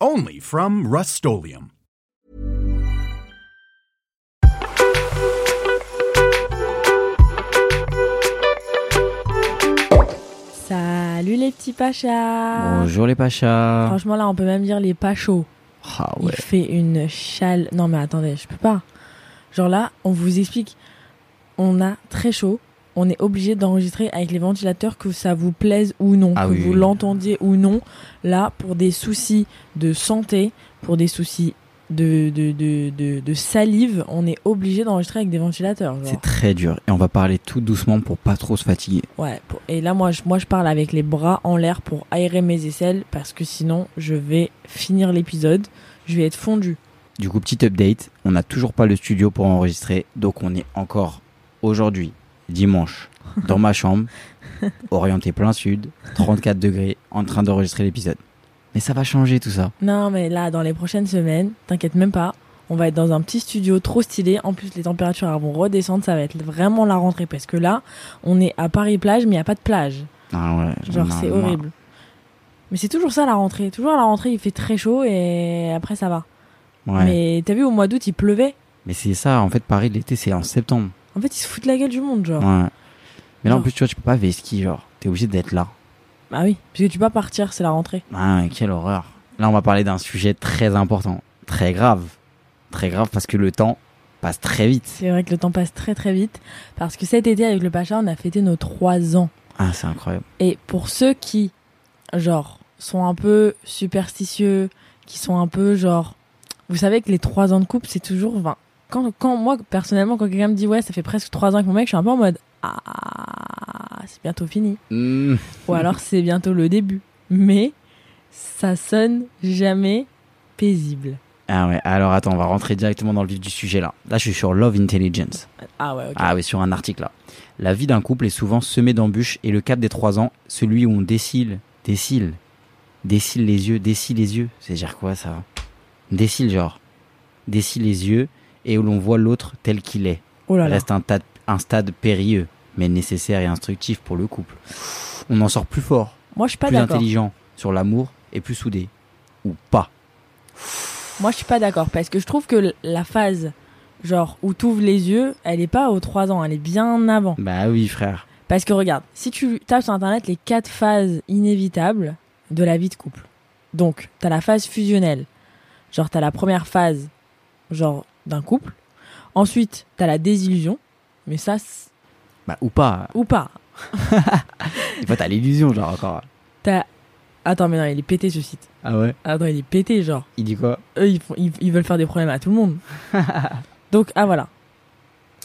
Only from Rust Salut les petits pachas Bonjour les Pachas. Franchement là on peut même dire les pachos. Ah Il ouais. fait une chale. Non mais attendez, je peux pas. Genre là, on vous explique. On a très chaud. On est obligé d'enregistrer avec les ventilateurs que ça vous plaise ou non, Ah que oui, vous oui. l'entendiez ou non. Là, pour des soucis de santé, pour des soucis de, de, de, de, de salive, on est obligé d'enregistrer avec des ventilateurs. genre. C'est très dur et on va parler tout doucement pour pas trop se fatiguer. Ouais, pour- et là, moi je, moi, je parle avec les bras en l'air pour aérer mes aisselles parce que sinon, je vais finir l'épisode. Je vais être fondue. Du coup, petit update, on n'a toujours pas le studio pour enregistrer, donc on est encore aujourd'hui, dimanche, dans ma chambre, orienté plein sud, 34 degrés, en train d'enregistrer l'épisode. Mais ça va changer tout ça. Non, mais là, dans les prochaines semaines, t'inquiète même pas, on va être dans un petit studio trop stylé. En plus, les températures elles vont redescendre, ça va être vraiment la rentrée parce que là, on est à Paris-Plage, mais il n'y a pas de plage. Ah ouais, Genre, on a c'est marre. horrible. Mais c'est toujours ça la rentrée. Toujours à la rentrée, il fait très chaud et après, ça va. Ouais. Mais, Mais t'as vu, au mois d'août, il pleuvait. c'est ça, en fait, Paris, l'été, c'est en septembre. En fait, ils se foutent de la gueule du monde, genre. Ouais. Mais là, en Oh. Genre. plus, tu vois, tu peux pas ski genre. T'es obligé d'être là. Ah oui, parce que tu peux pas partir, c'est la rentrée. Ah, mais quelle horreur. Là, on va parler d'un sujet très important, très grave. Très grave parce que le temps passe très vite. C'est vrai que le temps passe très très vite parce que cet été avec le Pacha, on a fêté nos trois ans. Ah, c'est incroyable. Et pour ceux qui, genre, sont un peu superstitieux, qui sont un peu genre, vous savez que les trois ans de couple, c'est toujours 20. Quand, quand moi personnellement, quand quelqu'un me dit ouais, ça fait presque trois ans avec mon mec, je suis un peu en mode ah, c'est bientôt fini. Mmh. Ou alors c'est bientôt le début. Mais ça sonne jamais paisible. Ah ouais, alors attends, on va rentrer directement dans le vif du sujet là. Là, je suis sur Love Intelligence. Ah ouais, ok. Ah oui, sur un article là. La vie d'un couple est souvent semée d'embûches et le cap des trois ans, celui où on décile, décile, décile les yeux, décile les yeux, c'est dire quoi ça Décile genre, décile les yeux et où l'on voit l'autre tel qu'il est. oh là là. reste un, tas- un stade périlleux, mais nécessaire et instructif pour le couple. On en sort plus fort, Moi je suis pas plus d'accord. intelligent sur l'amour et plus soudé. Ou pas. Moi, je suis pas d'accord parce que je trouve que l- la phase, genre où t'ouvres les yeux, elle est pas aux 3 ans, elle est bien avant. Bah oui, frère. Parce que regarde, si tu tapes sur internet les quatre phases inévitables de la vie de couple. Donc, t'as la phase fusionnelle. Genre, t'as la première phase, genre, d'un couple. Ensuite, t'as la désillusion. Mais ça, c'est- Bah ou pas. ou pas. Des fois, t'as l'illusion, genre encore. T'as. Attends, mais non, il est pété ce site. Ah ouais Attends, il est pété, genre. Il dit quoi eux ils, font- ils, ils veulent faire des problèmes à tout le monde. Donc ah voilà.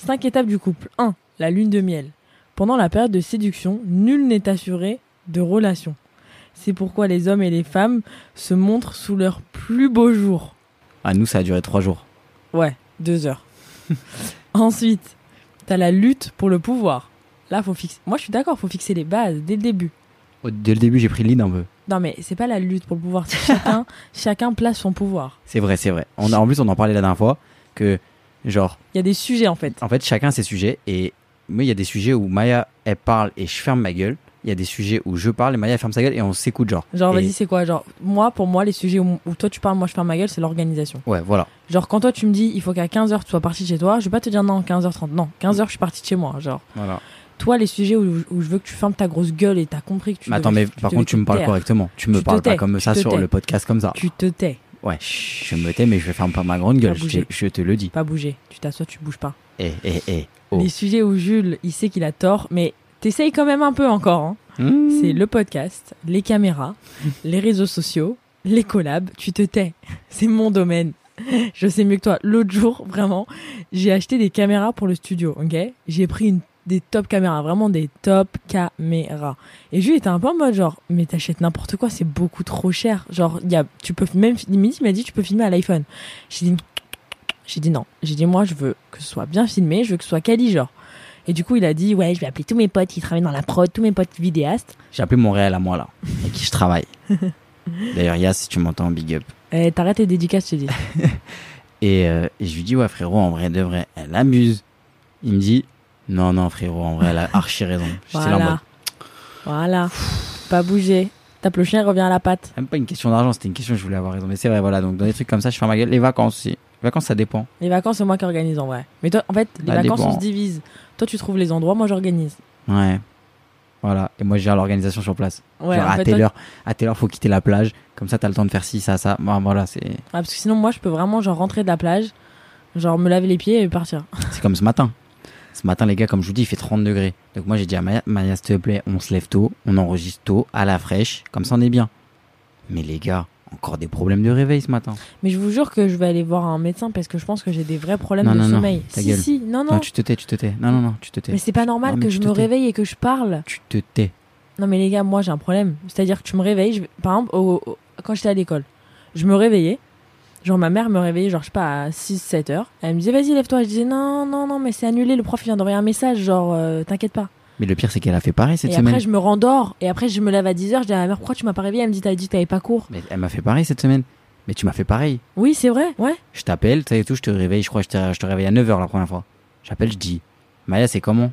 Cinq étapes du couple. 1. La lune de miel. Pendant la période de séduction, nul n'est assuré de relation. C'est pourquoi les hommes et les femmes se montrent sous leurs plus beaux jours. Ah, nous, ça a duré trois jours. Ouais, deux heures. Ensuite, t'as la lutte pour le pouvoir. Là, faut fixer. Moi, je suis d'accord, faut fixer les bases dès le début. Au- Dès le début, j'ai pris le lead un peu. Non, mais c'est pas la lutte pour le pouvoir. c'est Chacun, chacun place son pouvoir. C'est vrai, c'est vrai. On a, en plus, on en parlait la dernière fois que, genre, Il y a des sujets en fait. en fait, chacun ses sujets. Et moi, il y a des sujets où Maya, elle parle et je ferme ma gueule. Il y a des sujets où je parle et Maya elle ferme sa gueule et on s'écoute, genre. Genre, Et- vas-y, c'est quoi Genre, moi, pour moi, les sujets où, où toi tu parles, moi je ferme ma gueule, c'est l'organisation. Ouais, voilà. Genre, quand toi tu me dis, il faut qu'à 15h tu sois parti chez toi, je vais pas te dire non, 15h30. Non, 15h je suis parti de chez moi. Genre, Voilà. toi, les sujets où, où je veux que tu fermes ta grosse gueule et t'as compris que tu. Mais attends, devais- mais par devais contre, tu te me parles taire. correctement. Tu me Tu te parles pas tais, comme tu ça te sur tais. le podcast comme ça. Tu te tais, Ouais, chut, je me tais, mais je ferme pas ma grande gueule. Pas Je, bouger. te- je te le dis. pas bouger. Tu t'assois, tu bouges pas. Eh, eh, eh. Oh. Les sujets où Jules, il sait qu'il a tort, mais t'essayes quand même un peu encore. hein. Hmm. C'est le podcast, les caméras, les réseaux sociaux, les collabs. Tu te tais. C'est mon domaine. Je sais mieux que toi. L'autre jour, vraiment, j'ai acheté des caméras pour le studio, ok J'ai pris une des top caméras, vraiment des top caméras. Et Jules était un peu en mode genre, mais t'achètes n'importe quoi, c'est beaucoup trop cher. Genre, il y a, tu peux même, Midi m'a dit, tu peux filmer à l'iPhone. J'ai dit, j'ai dit non. J'ai dit, moi, je veux que ce soit bien filmé, je veux que ce soit quali, genre. Et du coup, il a dit, ouais, je vais appeler tous mes potes qui travaillent dans la prod, tous mes potes vidéastes. J'ai appelé mon réel à moi là, avec qui je travaille. D'ailleurs, Yas, si tu m'entends, big up. Eh, T'arrêtes les dédicaces, je te dis. Et, euh, et je lui dis, ouais, frérot, en vrai, de vrai, elle amuse. Il me dit, non, non, frérot, en vrai, elle a archi raison. J'étais là en mode, Voilà. Voilà. Pas bouger. Tape le chien, revient à la patte. même pas une question d'argent, c'était une question, je voulais avoir raison. Mais c'est vrai, voilà, donc dans des trucs comme ça, je ferme ma gueule. Les vacances aussi. Les vacances, ça dépend. Les vacances, c'est moi qui organise en vrai. Mais toi, en fait, les Bah, vacances, dépend. on se divise. Toi, tu trouves les endroits, moi, j'organise. Ouais. Voilà. Et moi, je gère l'organisation sur place. Ouais, Genre, en à fait, telle toi- heure, à telle heure, faut quitter la plage. Comme ça, t'as le temps de faire ci, ça, ça. Bon, voilà, c'est, Ouais, ah, parce que sinon, moi, je peux vraiment, genre, rentrer de la plage, genre, me laver les pieds et partir. c'est comme ce matin. Ce matin, les gars, comme je vous dis, il fait 30 degrés. Donc moi, j'ai dit à Maya, Maya, s'il te plaît, on se lève tôt, on enregistre tôt, à la fraîche. Comme ça, on est bien. Mais les gars, encore des problèmes de réveil ce matin. Mais je vous jure que je vais aller voir un médecin parce que je pense que j'ai des vrais problèmes Non, de non, non, sommeil. ta si, gueule. si, non, non. Non, tu te tais, tu te tais. Non, non, non, tu te tais. Mais c'est pas normal Non, mais que tu je te me tais. réveille et que je parle. Tu te tais. Non, mais les gars, moi, j'ai un problème. C'est-à-dire que tu me réveilles, je vais- par exemple, au- au- quand j'étais à l'école, je me réveillais. Genre, ma mère me réveillait, genre, je sais pas, à 6-7 heures. Elle me disait, vas-y, lève-toi. Je disais, non, non, non, mais c'est annulé. Le prof il vient d'envoyer un message, genre, euh, t'inquiète pas. Mais le pire, c'est qu'elle a fait pareil cette et semaine. après, je me rendors. Et après, je me lève à 10 heures. Je dis à ma mère, pourquoi tu m'as pas réveillée Elle me dit, t'as dit que t'avais pas cours. Mais elle m'a fait pareil cette semaine. Mais tu m'as fait pareil. Oui, c'est vrai, ouais. Je t'appelle, ça et tout, je te réveille, je crois, que je te, je te réveille à 9h la première fois. J'appelle, je dis, Maya, c'est comment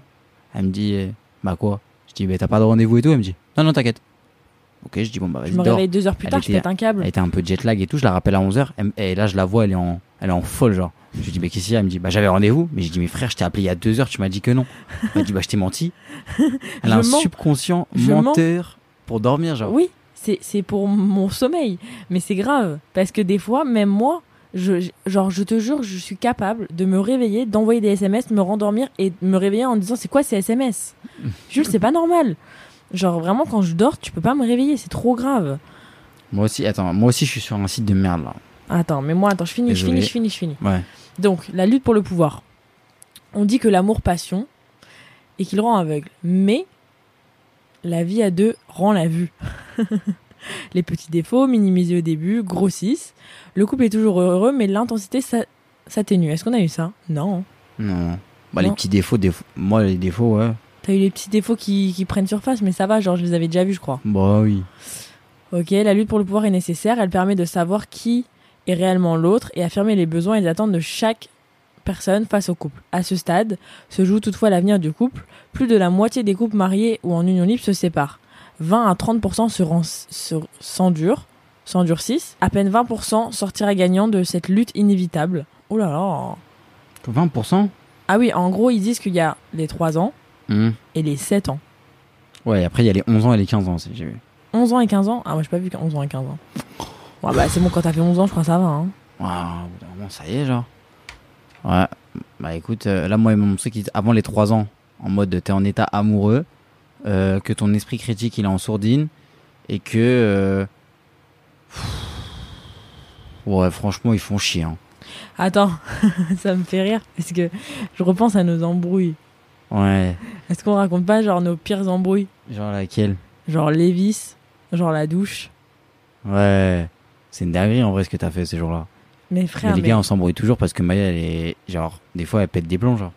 Elle me dit, euh, bah quoi Je dis, mais t'as pas de rendez-vous et tout Elle me dit, non, non, t'inquiète. Ok, je dis, bon, bah vas-y, Je me dors. réveille deux heures plus Elle tard, je était- pète un câble. Elle était un peu jet lag et tout, je la rappelle à 11h, et là, je la vois, elle est en, elle est en folle, genre. Je lui dis, mais qu'est-ce qu'il y a Elle me dit, bah j'avais rendez-vous. Mais je dis, mais frère, je t'ai appelé il y a 2 heures, tu m'as dit que non. Elle m'a dit, bah je t'ai menti. Elle a Je un mens. subconscient Je mens. menteur pour dormir, genre. Oui, c'est c'est pour mon sommeil. Mais c'est grave. Parce que des fois, même moi, je, je- genre, je te jure, je suis capable de me réveiller, d'envoyer des SMS, de me rendormir et de me réveiller en disant c'est quoi ces SMS Jules, c'est pas normal. Genre, vraiment, quand je dors, tu peux pas me réveiller, c'est trop grave. Moi aussi, attends, moi aussi, je suis sur un site de merde, là. Attends, mais moi, attends, je finis, je Désolé. finis, je finis, je finis. Ouais. Donc, la lutte pour le pouvoir. On dit que l'amour passion et qu'il rend aveugle. Mais la vie à deux rend la vue. Les petits défauts, minimisés au début, grossissent. Le couple est toujours heureux, mais l'intensité s'a- s'atténue. Est-ce qu'on a eu ça Non. Non. Bah, Non. les petits défauts, défauts- moi, les défauts, ouais. T'as eu les petits défauts qui, qui prennent surface, mais ça va, genre je les avais déjà vus, je crois. Bah oui. Ok, la lutte pour le pouvoir est nécessaire. Elle permet de savoir qui est réellement l'autre et affirmer les besoins et les attentes de chaque personne face au couple. À ce stade, se joue toutefois l'avenir du couple. Plus de la moitié des couples mariés ou en union libre se séparent. 20 à 30% se ren- se- s'endurent, s'endurcissent. À peine 20% sortira gagnant de cette lutte inévitable. Oh là là. 20% Ah oui, en gros, ils disent qu'il y a les 3 ans Mmh. et les 7 ans. Ouais, après, il y a les 11 ans et les 15 ans, c'est- j'ai vu. 11 ans et 15 ans Ah, moi, j'ai pas vu 11 ans et 15 ans. Ouais, bah, c'est bon, quand t'as fait 11 ans, je crois que ça va. Hein. Waouh, au bout d'un moment, ça y est, genre. Ouais. Bah écoute, euh, là, moi, ils m'ont montré qu'avant les 3 ans, en mode t'es en état amoureux, euh, que ton esprit critique, il est en sourdine, et que. euh, pff, Ouais, franchement, ils font chier. hein. Attends, ça me fait rire parce que je repense à nos embrouilles. Ouais. Est-ce qu'on raconte pas genre nos pires embrouilles Genre laquelle Genre Lévis, genre la douche. Ouais. C'est une dinguerie en vrai ce que t'as fait ces jours-là. Mais Mais frère, les mais, gars, on s'embrouille toujours parce que Maya, elle est. Genre, des fois, elle pète des plombs, genre.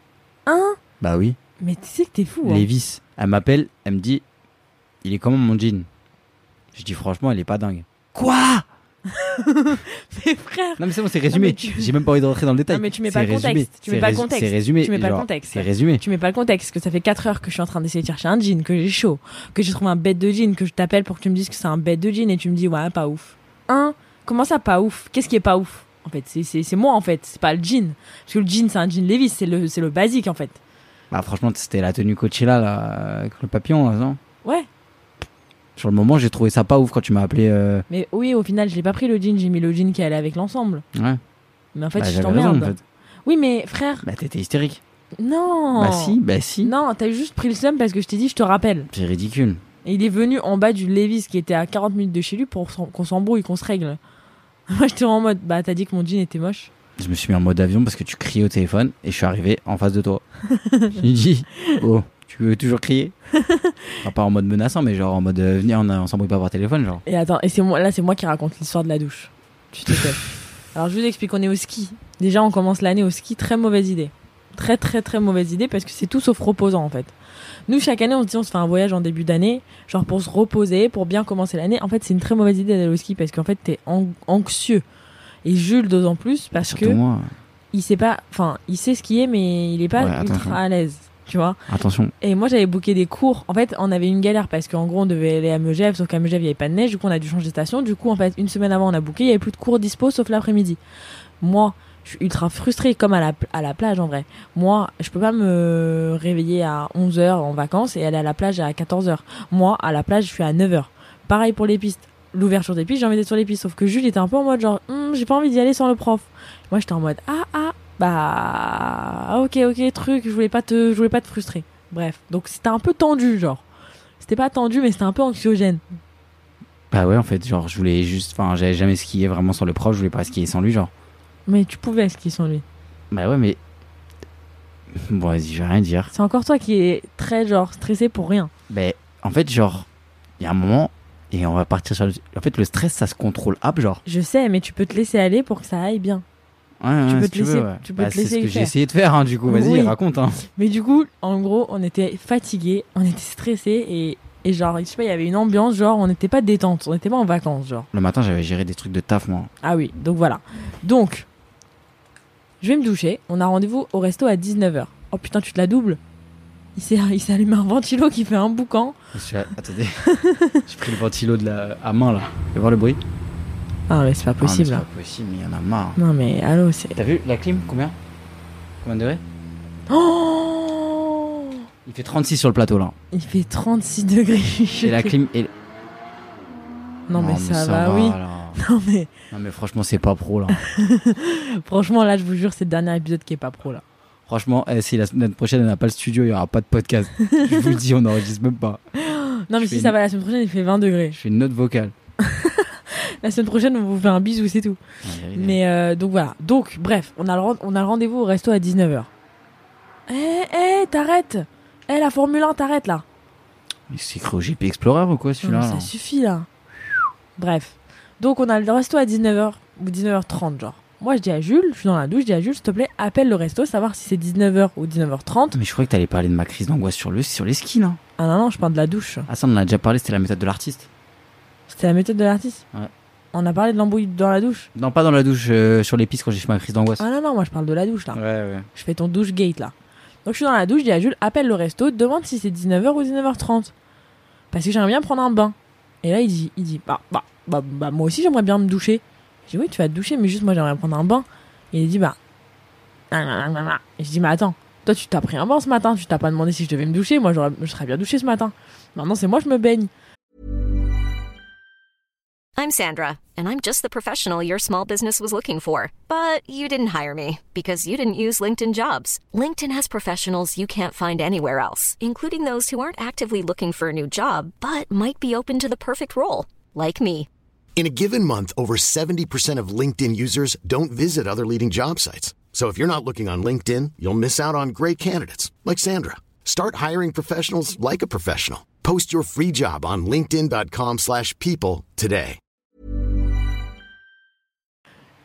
Hein Bah oui. mais tu sais que t'es fou. hein. Lévis, elle m'appelle, elle me dit Il est comment mon jean Je dis franchement, elle est pas dingue. Quoi Mais frère, Non, mais c'est bon, c'est mais résumé. tu- J'ai même pas envie de rentrer dans le détail. Non, mais tu mets C'est pas le contexte, résumé, tu mets c'est pas le contexte, tu mets pas résu- C'est résumé. le genre, contexte. C'est résumé. tu mets pas le contexte parce que ça fait 4 heures que je suis en train d'essayer de chercher un jean, que j'ai chaud, que j'ai trouvé un bête de jean, que je t'appelle pour que tu me dises que c'est un bête de jean et tu me dis ouais, pas ouf. Hein Comment ça, pas ouf Qu'est-ce qui est pas ouf En fait, c'est- c'est c'est moi en fait, c'est pas le jean. Parce que le jean, c'est un jean Lévis, c'est le, c'est le basique en fait. Bah, franchement, c'était la tenue Coachella, là, avec le papillon, là, non Ouais. Sur le moment, j'ai trouvé ça pas ouf quand tu m'as appelé. euh, Mais oui, au final, je l'ai pas pris le jean, j'ai mis le jean qui allait avec l'ensemble. Ouais. Mais en fait, Bah, je j'avais raison, t'emmerde. en fait. Oui, mais frère, Bah, t'étais hystérique. non. Bah, si, bah, si. Oh. Non, t'as juste pris le seum parce que je t'ai dit, je te rappelle. C'est ridicule. Et il est venu en bas du Levis qui était à 40 minutes de chez lui pour s'en- qu'on s'embrouille, qu'on se règle. Moi, j'étais en mode, bah, t'as dit que mon jean était moche. Je me suis mis en mode avion parce que tu criais au téléphone et je suis arrivé en face de toi. je lui dis, oh, tu veux toujours crier Enfin, Pas en mode menaçant, mais genre en mode euh, venez, on, on s'embrouille pas par téléphone, genre. Et attends, et c'est moi, là c'est moi qui raconte l'histoire de la douche. Tu te tais. Alors je vous explique, on est au ski. Déjà on commence l'année au ski, très mauvaise idée. Très très très mauvaise idée parce que c'est tout sauf reposant en fait. Nous chaque année on se dit on se fait un voyage en début d'année, genre pour se reposer, pour bien commencer l'année. En fait c'est une très mauvaise idée d'aller au ski parce qu'en fait t'es an- anxieux. Et Jules d'autant plus parce que Surtout moi. il sait pas, enfin il sait skier mais il est pas Ouais, attention. ultra à l'aise, tu vois. Attention, Et moi, j'avais booké des cours. En fait, on avait une galère parce qu'en gros, on devait aller à Megève, sauf qu'à Megève, il n'y avait pas de neige. Du coup, on a dû changer de station. Du coup, en fait, une semaine avant, on a booké. Il n'y avait plus de cours dispo, sauf l'après-midi. Moi, je suis ultra frustrée, comme à la, à la plage, en vrai. Moi, je peux pas me réveiller à 11h en vacances et aller à la plage à 14h. Moi, à la plage, je suis à 9h. Pareil pour les pistes. L'ouverture des pistes, j'ai envie d'être sur les pistes. Sauf que Jules était un peu en mode genre, Hum, j'ai pas envie d'y aller sans le prof. Moi, j'étais en mode, ah, ah, bah, ok, ok, truc, je voulais pas te, je voulais pas te frustrer. Bref, donc c'était un peu tendu, genre. C'était pas tendu, mais c'était un peu anxiogène. bah ouais, en fait, genre, je voulais juste, enfin, j'avais jamais skié vraiment sans le prof, je voulais pas skier sans lui, genre. Mais tu pouvais ce qu'ils sont lui. Bah ouais, mais. Bon, vas-y, je vais rien dire. C'est encore toi qui est très genre stressé pour rien. Ben, en fait, genre, il y a un moment, et on va partir sur le. En fait, le stress, ça se contrôle up, genre. Je sais, mais tu peux te laisser aller pour que ça aille bien. Ouais, ouais, Tu peux si te laisser- veux, ouais. tu peux Bah, te C'est ce laisser que faire. j'ai essayé de faire, hein, du coup, vas-y, Oui. raconte. Hein. Mais du coup, en gros, on était fatigués, on était stressés et, et genre, je sais pas, il y avait une ambiance, genre, on n'était pas détente, on n'était pas en vacances, genre. Le matin, j'avais géré des trucs de taf, moi. Ah oui, donc voilà. Donc, je vais me doucher. On a rendez-vous au resto à 19h. Oh putain, tu te la doubles Il s'est il s'est allumé un ventilo qui fait un boucan. Je suis- Attendez, j'ai pris le ventilo de la... à main, là. Tu voir le bruit Ah, mais c'est pas Ah, mais possible, c'est là. pas possible, mais il y en a marre. Non, mais allô, c'est. T'as vu la clim Combien Combien de degrés Oh Il fait 36 sur le plateau, là. Il fait 36 degrés. Et la clim. est- Non, mais, Oh, ça, va, oui. là. Non, mais Non, mais franchement, c'est pas pro, là. franchement, là, je vous jure, c'est le dernier épisode qui est pas pro, là. Franchement, eh, si la semaine prochaine on n'a pas le studio, il n'y aura pas de podcast. Je vous le dis, on n'enregistre même pas. Non, mais Je si fais ça une- va la semaine prochaine, il fait 20 degrés. Je fais une note vocale. La semaine prochaine, on vous fait un bisou, c'est tout. Mais euh, donc voilà. Donc, bref, on a le, ren- on a le rendez-vous au resto à 19h. Eh, eh, t'arrêtes Eh, la Formule 1, t'arrêtes là Mais c'est cru au GP Explorer ou quoi Non, celui-là mais là Ça suffit là. Bref. Donc on a le resto à 19h ou 19h30 genre. Moi je dis à Jules, je suis dans la douche, je dis à Jules, s'il te plaît, appelle le resto, savoir si c'est 19h ou 19h30. Attends, mais je croyais que t'allais parler de ma crise d'angoisse sur, le, sur les skis là. Ah non, non, je parle de la douche. Ah ça, on en a déjà parlé, c'était la méthode de l'artiste. C'était la méthode de l'artiste. Ouais. On a parlé de l'embrouille dans la douche. Non, pas dans la douche, euh, sur les pistes quand j'ai fait ma crise d'angoisse. Ah non, non, moi je parle de la douche là. Ouais, ouais. Je fais ton douche gate là. Donc je suis dans la douche, je dis à Jules, appelle le resto, demande si c'est 19h ou 19h30. Parce que j'aimerais bien prendre un bain. Et là il dit, il dit, bah, bah, bah, bah, moi aussi j'aimerais bien me doucher. Je dis oui tu vas te doucher mais juste moi j'aimerais prendre un bain. Et il dit bah. ah, nan, nan, nan, nan. Et je dis mais attends, toi tu t'as pris un bain ce matin, tu t'as pas demandé si je devais me doucher, moi j'aurais- je serais bien douché ce matin. Maintenant c'est moi je me baigne. I'm Sandra, and I'm just the professional your small business was looking for. But you didn't hire me because you didn't use LinkedIn jobs. LinkedIn has professionals you can't find anywhere else, including those who aren't actively looking for a new job but might be open to the perfect role, like me. In a given month, over 70% of LinkedIn users don't visit other leading job sites. So if you're not looking on LinkedIn, you'll miss out on great candidates like Sandra. Start hiring professionals like a professional. Post your free job on linkedin.com/people slash people today.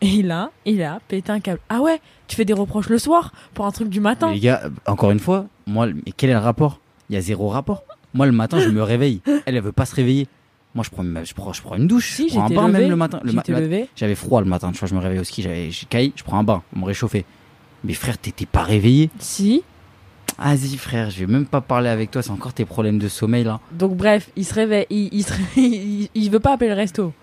Et là, il a pété un câble. Ah ouais, tu fais des reproches le soir pour un truc du matin. Mais les gars, euh, encore une fois, moi, le- mais quel est le rapport Il y a zéro rapport. Moi, le matin, je me réveille. Elle, elle veut pas se réveiller. Moi, je prends, ma- je prends, je prends une douche. Si je prends un j'étais bain levée, même le matin. Le ma- j'étais le- levée. J'avais froid le matin, tu vois, je me réveillais au ski, j'avais j'ai caillé, je prends un bain, on me réchauffait. Mais frère, t'étais pas réveillé Si. Vas-y frère, je vais même pas parler avec toi, c'est encore tes problèmes de sommeil là. Donc bref, il se réveille, il, il, se réveille, il- il veut pas appeler le resto.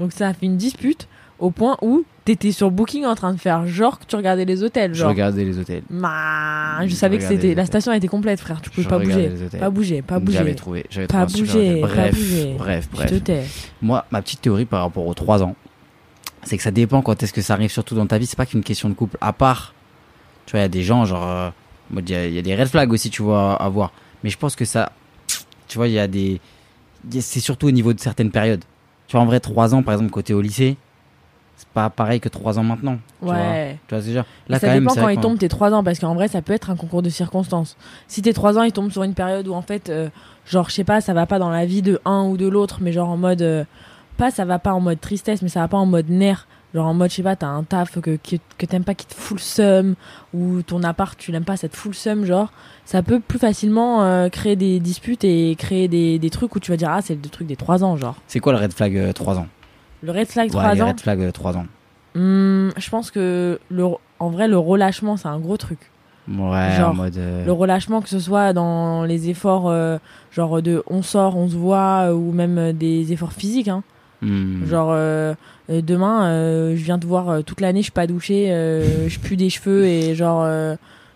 Donc ça a fait une dispute au point où t'étais sur Booking en train de faire genre que tu regardais les hôtels. Je Genre, regardais les hôtels. Ma- je Je savais que regardais c'était les la hôtels. station était complète, frère. Tu Je pouvais pas regardais bouger. les hôtels. Pas bouger, pas Donc, J'avais bouger. trouvé, j'avais Pas trouvé un super bouger, hôtel. pas Bref, bouger. bref, Je te bref. tais. Moi, ma petite théorie par rapport aux 3 ans, c'est que ça dépend quand est-ce que ça arrive, surtout dans ta vie, c'est pas qu'une question de couple. À part, tu vois, il y a des gens, genre, euh, en mode, il y, a- il y a des red flags aussi, tu vois, à voir. Mais je pense que ça, tu vois, il y a des. il y a- C'est surtout au niveau de certaines périodes. Tu vois, en vrai, 3 ans, par exemple, côté au lycée, c'est pas pareil que trois ans maintenant. Tu Ouais. vois, tu vois ce que je veux dire Là, ça quand même, dépend c'est quand vrai ils qu'on- tombent tes 3 ans, parce qu'en vrai, ça peut être un concours de circonstances. Si tes 3 ans, ils tombent sur une période où, en fait, euh, genre, je sais pas, ça va pas dans la vie de un ou de l'autre, mais genre en mode. euh, pas ça va pas en mode tristesse, mais ça va pas en mode nerf. Genre en mode, je sais pas, t'as un taf que, que, que t'aimes pas qui te fout le seum, ou ton appart, tu l'aimes pas, ça te fout le seum, genre, ça peut plus facilement euh, créer des disputes et créer des, des trucs où tu vas dire, ah, c'est le truc des 3 ans, genre. C'est quoi le red flag euh, trois ans Le red flag Ouais, 3 les ans, red flag euh, trois ans. hmm, je pense que, le, en vrai, le relâchement, c'est un gros truc. Ouais, Genre, en mode. euh, le relâchement que ce soit dans les efforts euh, genre de on sort on se voit euh, ou même euh, des efforts physiques hein. hmm. genre euh, euh, demain euh, je viens te voir euh, toute l'année je suis pas douchée euh, je pue des cheveux et genre euh,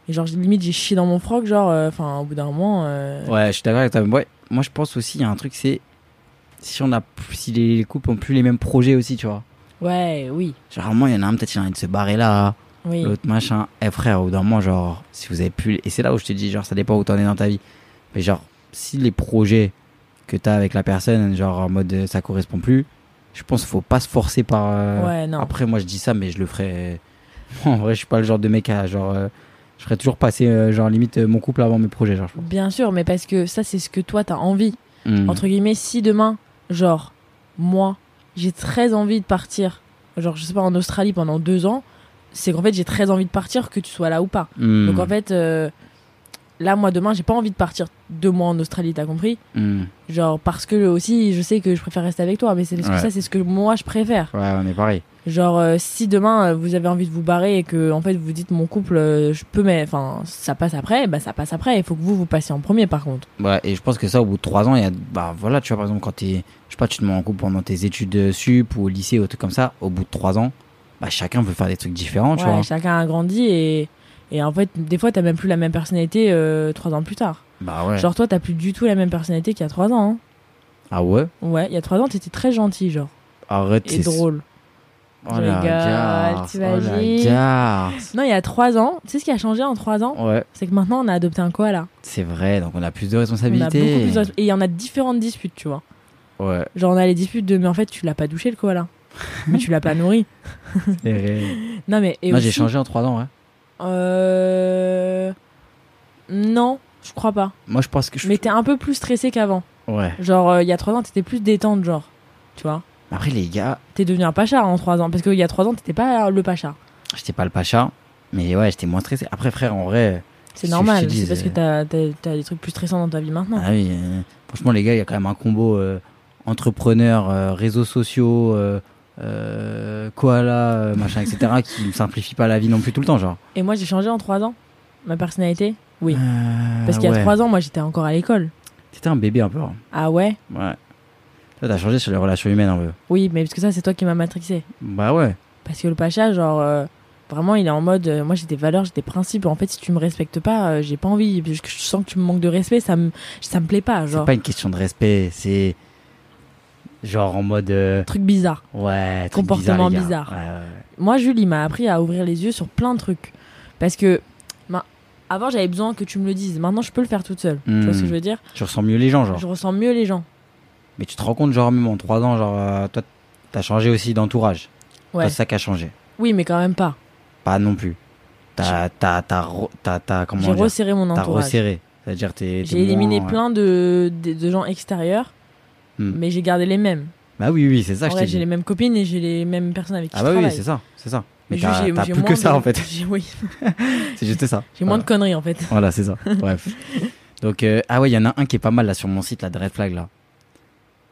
et genre limite j'ai chié dans mon froc genre euh, enfin au bout d'un moment euh, Ouais, je suis d'accord avec toi. Ouais, moi, je pense aussi, il y a un truc, c'est. Si, on a, si les, les couples ont plus les mêmes projets aussi, tu vois. ouais oui Généralement, il y en a un, peut-être, il a envie de se barrer là, oui l'autre machin. Eh frère, au bout d'un moment, genre, si vous avez plus. Et c'est là où je te dis, genre, ça dépend où t'en es dans ta vie. Mais genre, si les projets que t'as avec la personne, genre, en mode euh, ça correspond plus, je pense qu'il faut pas se forcer par. euh, ouais non Après, moi, je dis ça, mais je le ferai. en vrai, je suis pas le genre de mec à, genre. euh, je ferais toujours passer, euh, genre, limite, euh, mon couple avant mes projets, genre, je pense. bien sûr mais parce que ça c'est ce que toi t'as envie Hmm. entre guillemets, si demain, genre, moi, j'ai très envie de partir, genre, je sais pas, en Australie pendant deux ans, c'est qu'en fait, j'ai très envie de partir, que tu sois là ou pas. Hmm. Donc, en fait, euh, là, moi, demain, j'ai pas envie de partir deux mois en Australie, t'as compris Hmm. Genre, parce que aussi, je sais que je préfère rester avec toi, mais c'est parce Ouais. que ça, c'est ce que moi, je préfère. Ouais, on est pareil. Genre, euh, si demain, euh, vous avez envie de vous barrer et que, en fait, vous dites, mon couple, euh, je peux, mais, enfin, ça passe après, bah, ça passe après, il faut que vous, vous passiez en premier, par contre. Ouais, Bah, et je pense que ça, au bout de trois ans, il y a, bah voilà, tu vois, par exemple, quand t'es, je sais pas, tu te mets en couple pendant tes études euh, sup ou au lycée ou trucs comme ça, au bout de trois ans, bah chacun veut faire des trucs différents, tu Ouais, vois. chacun a grandi et, et en fait, des fois, t'as même plus la même personnalité euh, trois ans plus tard. Bah ouais. Genre, toi, t'as plus du tout la même personnalité qu'il y a trois ans. Ah ouais hein. Ouais, il y a trois ans, t'étais très gentil, genre, Arrête, et drôle. Oh Je la rigole, garce, oh la t'imagines garce. Non, il y a trois ans, tu sais ce qui a changé en trois ans Ouais, C'est que maintenant, on a adopté un koala. c'est vrai, donc on a plus de On a beaucoup responsabilités. plus de... Et il y en a différentes disputes, tu vois. Ouais, Genre, on a les disputes de, mais en fait, tu l'as pas douché, le koala. mais tu l'as pas nourri. c'est vrai. Non, mais. Et Moi, aussi, j'ai changé en trois ans, hein. ouais. Euh. Non, je crois pas. Moi, je pense que je. Mais t'es un peu plus stressé qu'avant. Ouais. Genre, euh, il y a trois ans, t'étais plus détente, genre. Tu vois Après, les gars, T'es devenu un pacha en trois ans. Parce qu'il y a trois ans, t'étais pas le pacha. j'étais pas le pacha, mais ouais, j'étais moins stressé. Après, frère, en vrai. C'est Si je normal. te C'est dis, parce que t'as t'as- t'as des trucs plus stressants dans ta vie maintenant. Ah oui, euh, franchement, les gars, il y a quand même un combo euh, entrepreneur, euh, réseaux sociaux, euh, euh, koala, euh, machin, etc., qui ne simplifie pas la vie non plus tout le temps, genre. Et moi, j'ai changé en trois ans. Ma personnalité Oui. Euh, Parce qu'il y a ouais. trois ans, moi, j'étais encore à l'école. T'étais un bébé un peu. hein. Ah ouais Ouais. Toi, t'as changé sur les relations humaines un peu. Oui, mais parce que ça, c'est toi qui m'as matrixé. Bah ouais. Parce que le pacha, genre. euh, Vraiment, il est en mode, euh, moi j'ai des valeurs, j'ai des principes. En fait, si tu me respectes pas, euh, j'ai pas envie. Je, je sens que tu me manques de respect, ça me, ça me plaît pas. C'est Genre, pas une question de respect, c'est. Genre en mode. euh, truc bizarre. Ouais, truc Comportement bizarre. bizarre. les gars. Ouais, ouais, ouais. moi Julie m'a appris à ouvrir les yeux sur plein de trucs parce que ben, avant j'avais besoin que tu me le dises maintenant je peux le faire toute seule tu vois Hmm. ce que je veux dire Tu ressens mieux les gens, genre. je ressens mieux les gens Mais tu te rends compte, genre, même en 3 ans, genre, euh, toi, t'as changé aussi d'entourage. Toi, Ouais. C'est ça qui a changé. oui mais quand même pas Pas non plus. T'as, t'as, t'as, re- t'as, t'as- comment j'ai dire resserré mon T'as entourage resserré. C'est-à-dire t'es. t'es j'ai éliminé moins, ouais. plein de, de, de gens extérieurs Hmm. mais j'ai gardé les mêmes Bah oui, oui, c'est ça en que je t'ai vrai j'ai les dit. mêmes copines et j'ai les mêmes personnes avec qui Ah bah je oui, travaille c'est ça, c'est ça. Mais Juste, t'as, j'ai- t'as j'ai plus que moins ça de- en fait. j'ai- oui C'est juste ça. j'ai moins de conneries en fait Voilà, c'est ça. Bref. Donc euh, ah ouais, il y en a un qui est pas mal là sur mon site là, de Red Flag là.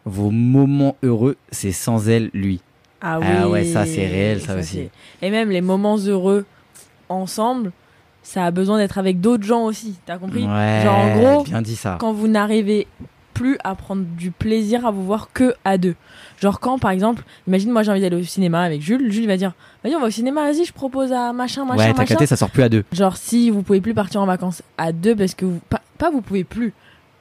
Vos moments heureux, c'est sans elle, lui. Ah, Ah oui, ouais, ça, c'est réel, ça aussi. c'est- Et même les moments heureux ensemble, ça a besoin d'être avec d'autres gens aussi. T'as compris Ouais. Genre en gros, Bien dit ça. quand vous n'arrivez plus à prendre du plaisir à vous voir que à deux. Genre quand par exemple, imagine moi j'ai envie d'aller au cinéma avec Jules, Jules il va dire "Vas-y, on va au cinéma, vas-y, je propose à machin machin ouais, t'as machin." capté, ça sort plus à deux. Genre si vous pouvez plus partir en vacances à deux parce que vous pas, pas vous pouvez plus,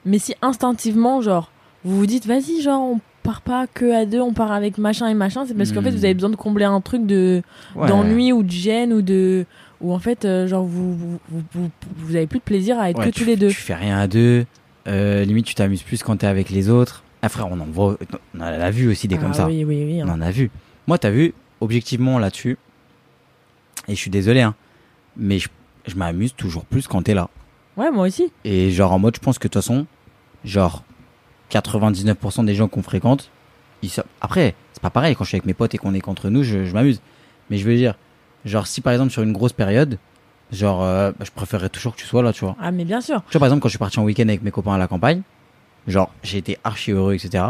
mais si instinctivement genre vous vous dites "Vas-y, genre on part pas que à deux, on part avec machin et machin", c'est parce qu'en Hmm. fait vous avez besoin de combler un truc de Ouais. d'ennui ou de gêne ou de ou en fait euh, genre vous vous, vous vous- vous avez plus de plaisir à être Ouais, que tu, tous les deux. Tu fais rien à deux. Euh, limite, tu t'amuses plus quand t'es avec les autres. Ah frère, on en voit. On en a vu aussi des Ah comme ça. Oui, oui, oui. hein. On en a vu. Moi, t'as vu, objectivement là-dessus, et je suis désolé, hein, mais je, je m'amuse toujours plus quand t'es là. Ouais, moi aussi. Et genre en mode, je pense que de toute façon, genre 99% des gens qu'on fréquente, ils savent. Après, c'est pas pareil quand je suis avec mes potes et qu'on est contre nous, je, je m'amuse. Mais je veux dire, genre si par exemple sur une grosse période, genre euh, bah, je préférerais toujours que tu sois là, tu vois. Ah, mais bien sûr. Tu vois par exemple quand je suis parti en week-end avec mes copains à la campagne, genre j'ai été archi heureux, etc.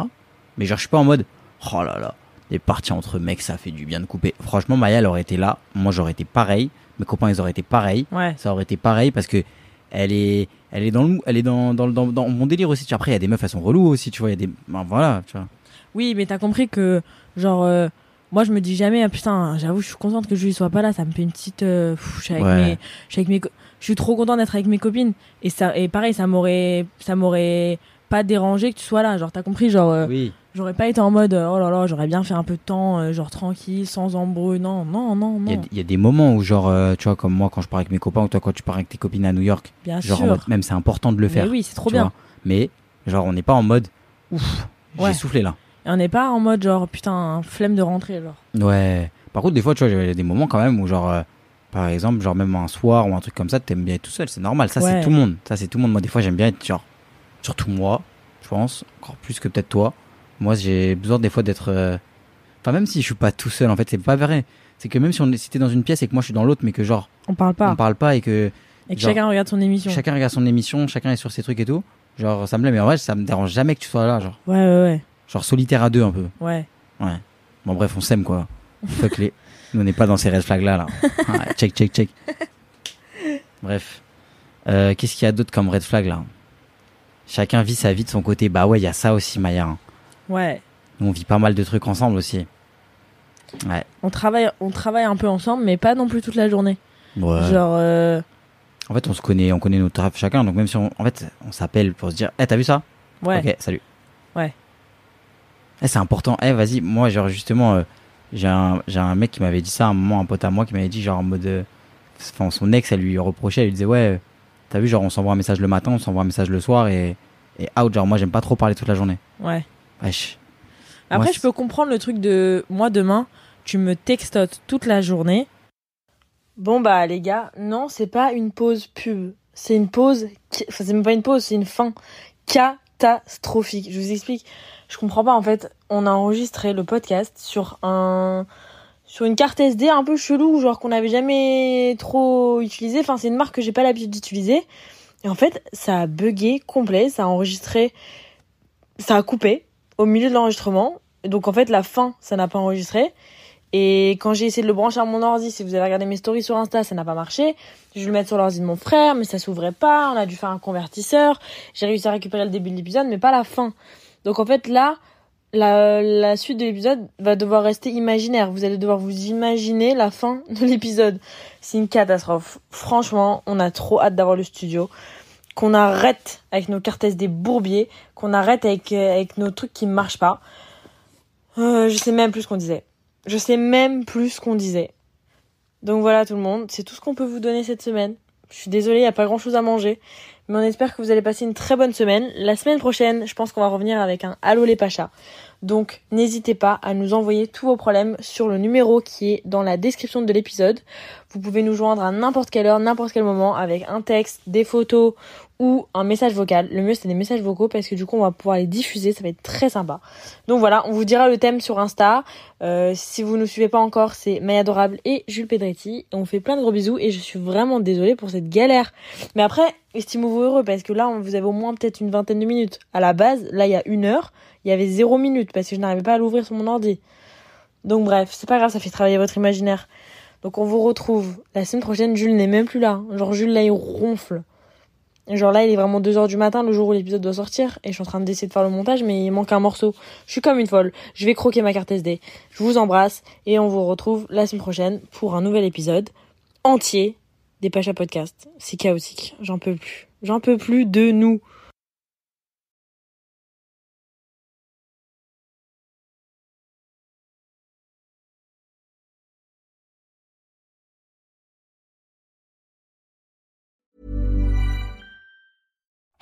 Mais genre je suis pas en mode, oh là là, les parties entre mecs, ça fait du bien de couper. Franchement, Maya, elle aurait été là, moi j'aurais été pareil, mes copains ils auraient été pareils Ouais. ça aurait été pareil parce que elle est elle est dans le mou- elle est dans dans, dans, dans mon délire aussi Tu vois, après il y a des meufs elles sont reloues aussi tu vois il y a des ben, voilà tu vois Oui, mais t'as compris que, genre, euh, moi je me dis jamais, ah, putain, j'avoue, je suis contente que Julie soit pas là, ça me fait une petite. euh, pff, je, suis avec Ouais. mes, je, suis avec mes co- je suis trop contente d'être avec mes copines. Et, ça, et pareil, ça m'aurait ça m'aurait pas dérangé que tu sois là. Genre, t'as compris, genre, euh, oui j'aurais pas été en mode, euh, oh là là, j'aurais bien fait un peu de temps, euh, genre tranquille, sans embrouille. Non, non, non, il y, a, non. il y a des moments où genre euh, tu vois comme moi quand je pars avec mes copains ou toi quand tu pars avec tes copines à New York Bien genre en Ah, sûr. mode, même c'est important de le faire Mais oui, c'est trop tu bien. vois. mais genre on n'est pas en mode ouf Ouais. j'ai soufflé là Et on n'est pas en mode, genre, putain, flemme de rentrer, genre. ouais par contre des fois tu vois il y a des moments quand même où genre euh, par exemple genre même un soir ou un truc comme ça t'aimes bien être tout seul c'est normal ça Ouais. c'est tout le monde ça c'est tout le monde moi des fois j'aime bien être genre surtout moi, je pense, encore plus que peut-être toi. Moi, j'ai besoin des fois d'être. euh, Enfin, même si je suis pas tout seul, en fait, c'est pas vrai. C'est que même si on est si t'es dans une pièce et que moi je suis dans l'autre, mais que genre On parle pas. on parle pas et que et que genre- chacun regarde son émission. chacun regarde son émission, chacun est sur ses trucs et tout, genre ça me plaît. Mais en vrai, ça me dérange jamais que tu sois là, genre, Ouais, ouais, genre solitaire à deux un peu. ouais. Ouais. Ouais. Bon, bref, on s'aime quoi. Fuck les. Nous, on n'est pas dans ces red flags là. là. Ouais, check, check, check. Bref. Euh, Qu'est-ce qu'il y a d'autre comme red flag là Chacun vit sa vie de son côté. Bah ouais, il y a ça aussi, Maya. hein. Ouais. Nous, on vit pas mal de trucs ensemble aussi. Ouais. On travaille, on travaille un peu ensemble, mais pas non plus toute la journée. Genre, euh, En fait, on se connaît, on connaît nos trafs chacun. Donc, même si on, en fait, on s'appelle pour se dire Eh, t'as vu ça ouais. Ok, salut. Ouais. Eh, c'est important. Eh, vas-y, moi, genre, justement, euh, j'ai un, j'ai un mec qui m'avait dit ça à un moment, un pote à moi qui m'avait dit, genre, en mode. euh, Enfin, son ex, elle lui reprochait, elle lui disait, ouais, euh, t'as vu, genre, on s'envoie un message le matin, on s'envoie un message le soir et, et out, genre, moi, j'aime pas trop parler toute la journée. Ouais. Wesh. Après, Moi, je peux comprendre le truc de moi demain, tu me textotes toute la journée. Bon, bah, les gars, non, c'est pas une pause pub. C'est une pause. qui- Enfin, c'est même pas une pause, c'est une fin catastrophique. Je vous explique. Je comprends pas, en fait. On a enregistré le podcast sur un. Sur une carte SD un peu chelou, genre qu'on n'avait jamais trop utilisé. Enfin, c'est une marque que j'ai pas l'habitude d'utiliser. Et en fait, ça a bugué complet. Ça a enregistré. Ça a coupé au milieu de l'enregistrement. Donc en fait, la fin, ça n'a pas enregistré. Et quand j'ai essayé de le brancher à mon ordi, si vous avez regardé mes stories sur Insta, ça n'a pas marché. Je vais le mettre sur l'ordi de mon frère, mais ça s'ouvrait pas. On a dû faire un convertisseur. J'ai réussi à récupérer le début de l'épisode, mais pas la fin. Donc en fait, là, la, la suite de l'épisode va devoir rester imaginaire. Vous allez devoir vous imaginer la fin de l'épisode. C'est une catastrophe. Franchement, on a trop hâte d'avoir le studio. Qu'on arrête avec nos cartes des bourbiers qu'on arrête avec, euh, avec nos trucs qui ne marchent pas. Euh, je sais même plus ce qu'on disait. Je sais même plus ce qu'on disait. Donc voilà tout le monde, c'est tout ce qu'on peut vous donner cette semaine. Je suis désolée, il n'y a pas grand chose à manger. Mais on espère que vous allez passer une très bonne semaine. La semaine prochaine, je pense qu'on va revenir avec un Allô les Pachas. Donc n'hésitez pas à nous envoyer tous vos problèmes sur le numéro qui est dans la description de l'épisode. Vous pouvez nous joindre à n'importe quelle heure, n'importe quel moment, avec un texte, des photos, ou un message vocal. Le mieux, c'est des messages vocaux parce que du coup, on va pouvoir les diffuser. Ça va être très sympa. Donc voilà, on vous dira le thème sur Insta. Euh, si vous ne nous suivez pas encore, c'est Maya Adorable et Jules Pedretti. On vous fait plein de gros bisous et je suis vraiment désolée pour cette galère. Mais après, estimez-vous heureux parce que là, on- vous avez au moins peut-être une vingtaine de minutes. À la base, là, il y a une heure, il y avait zéro minute parce que je n'arrivais pas à l'ouvrir sur mon ordi. Donc bref, c'est pas grave, ça fait travailler votre imaginaire. Donc on vous retrouve. La semaine prochaine, Jules n'est même plus là. Genre Jules là, il ronfle. Genre là, il est vraiment 2h du matin, le jour où l'épisode doit sortir, et je suis en train d'essayer de faire le montage, mais il manque un morceau. Je suis comme une folle, je vais croquer ma carte SD. Je vous embrasse, et on vous retrouve la semaine prochaine pour un nouvel épisode entier des Pacha Podcast. C'est chaotique, j'en peux plus. J'en peux plus de nous.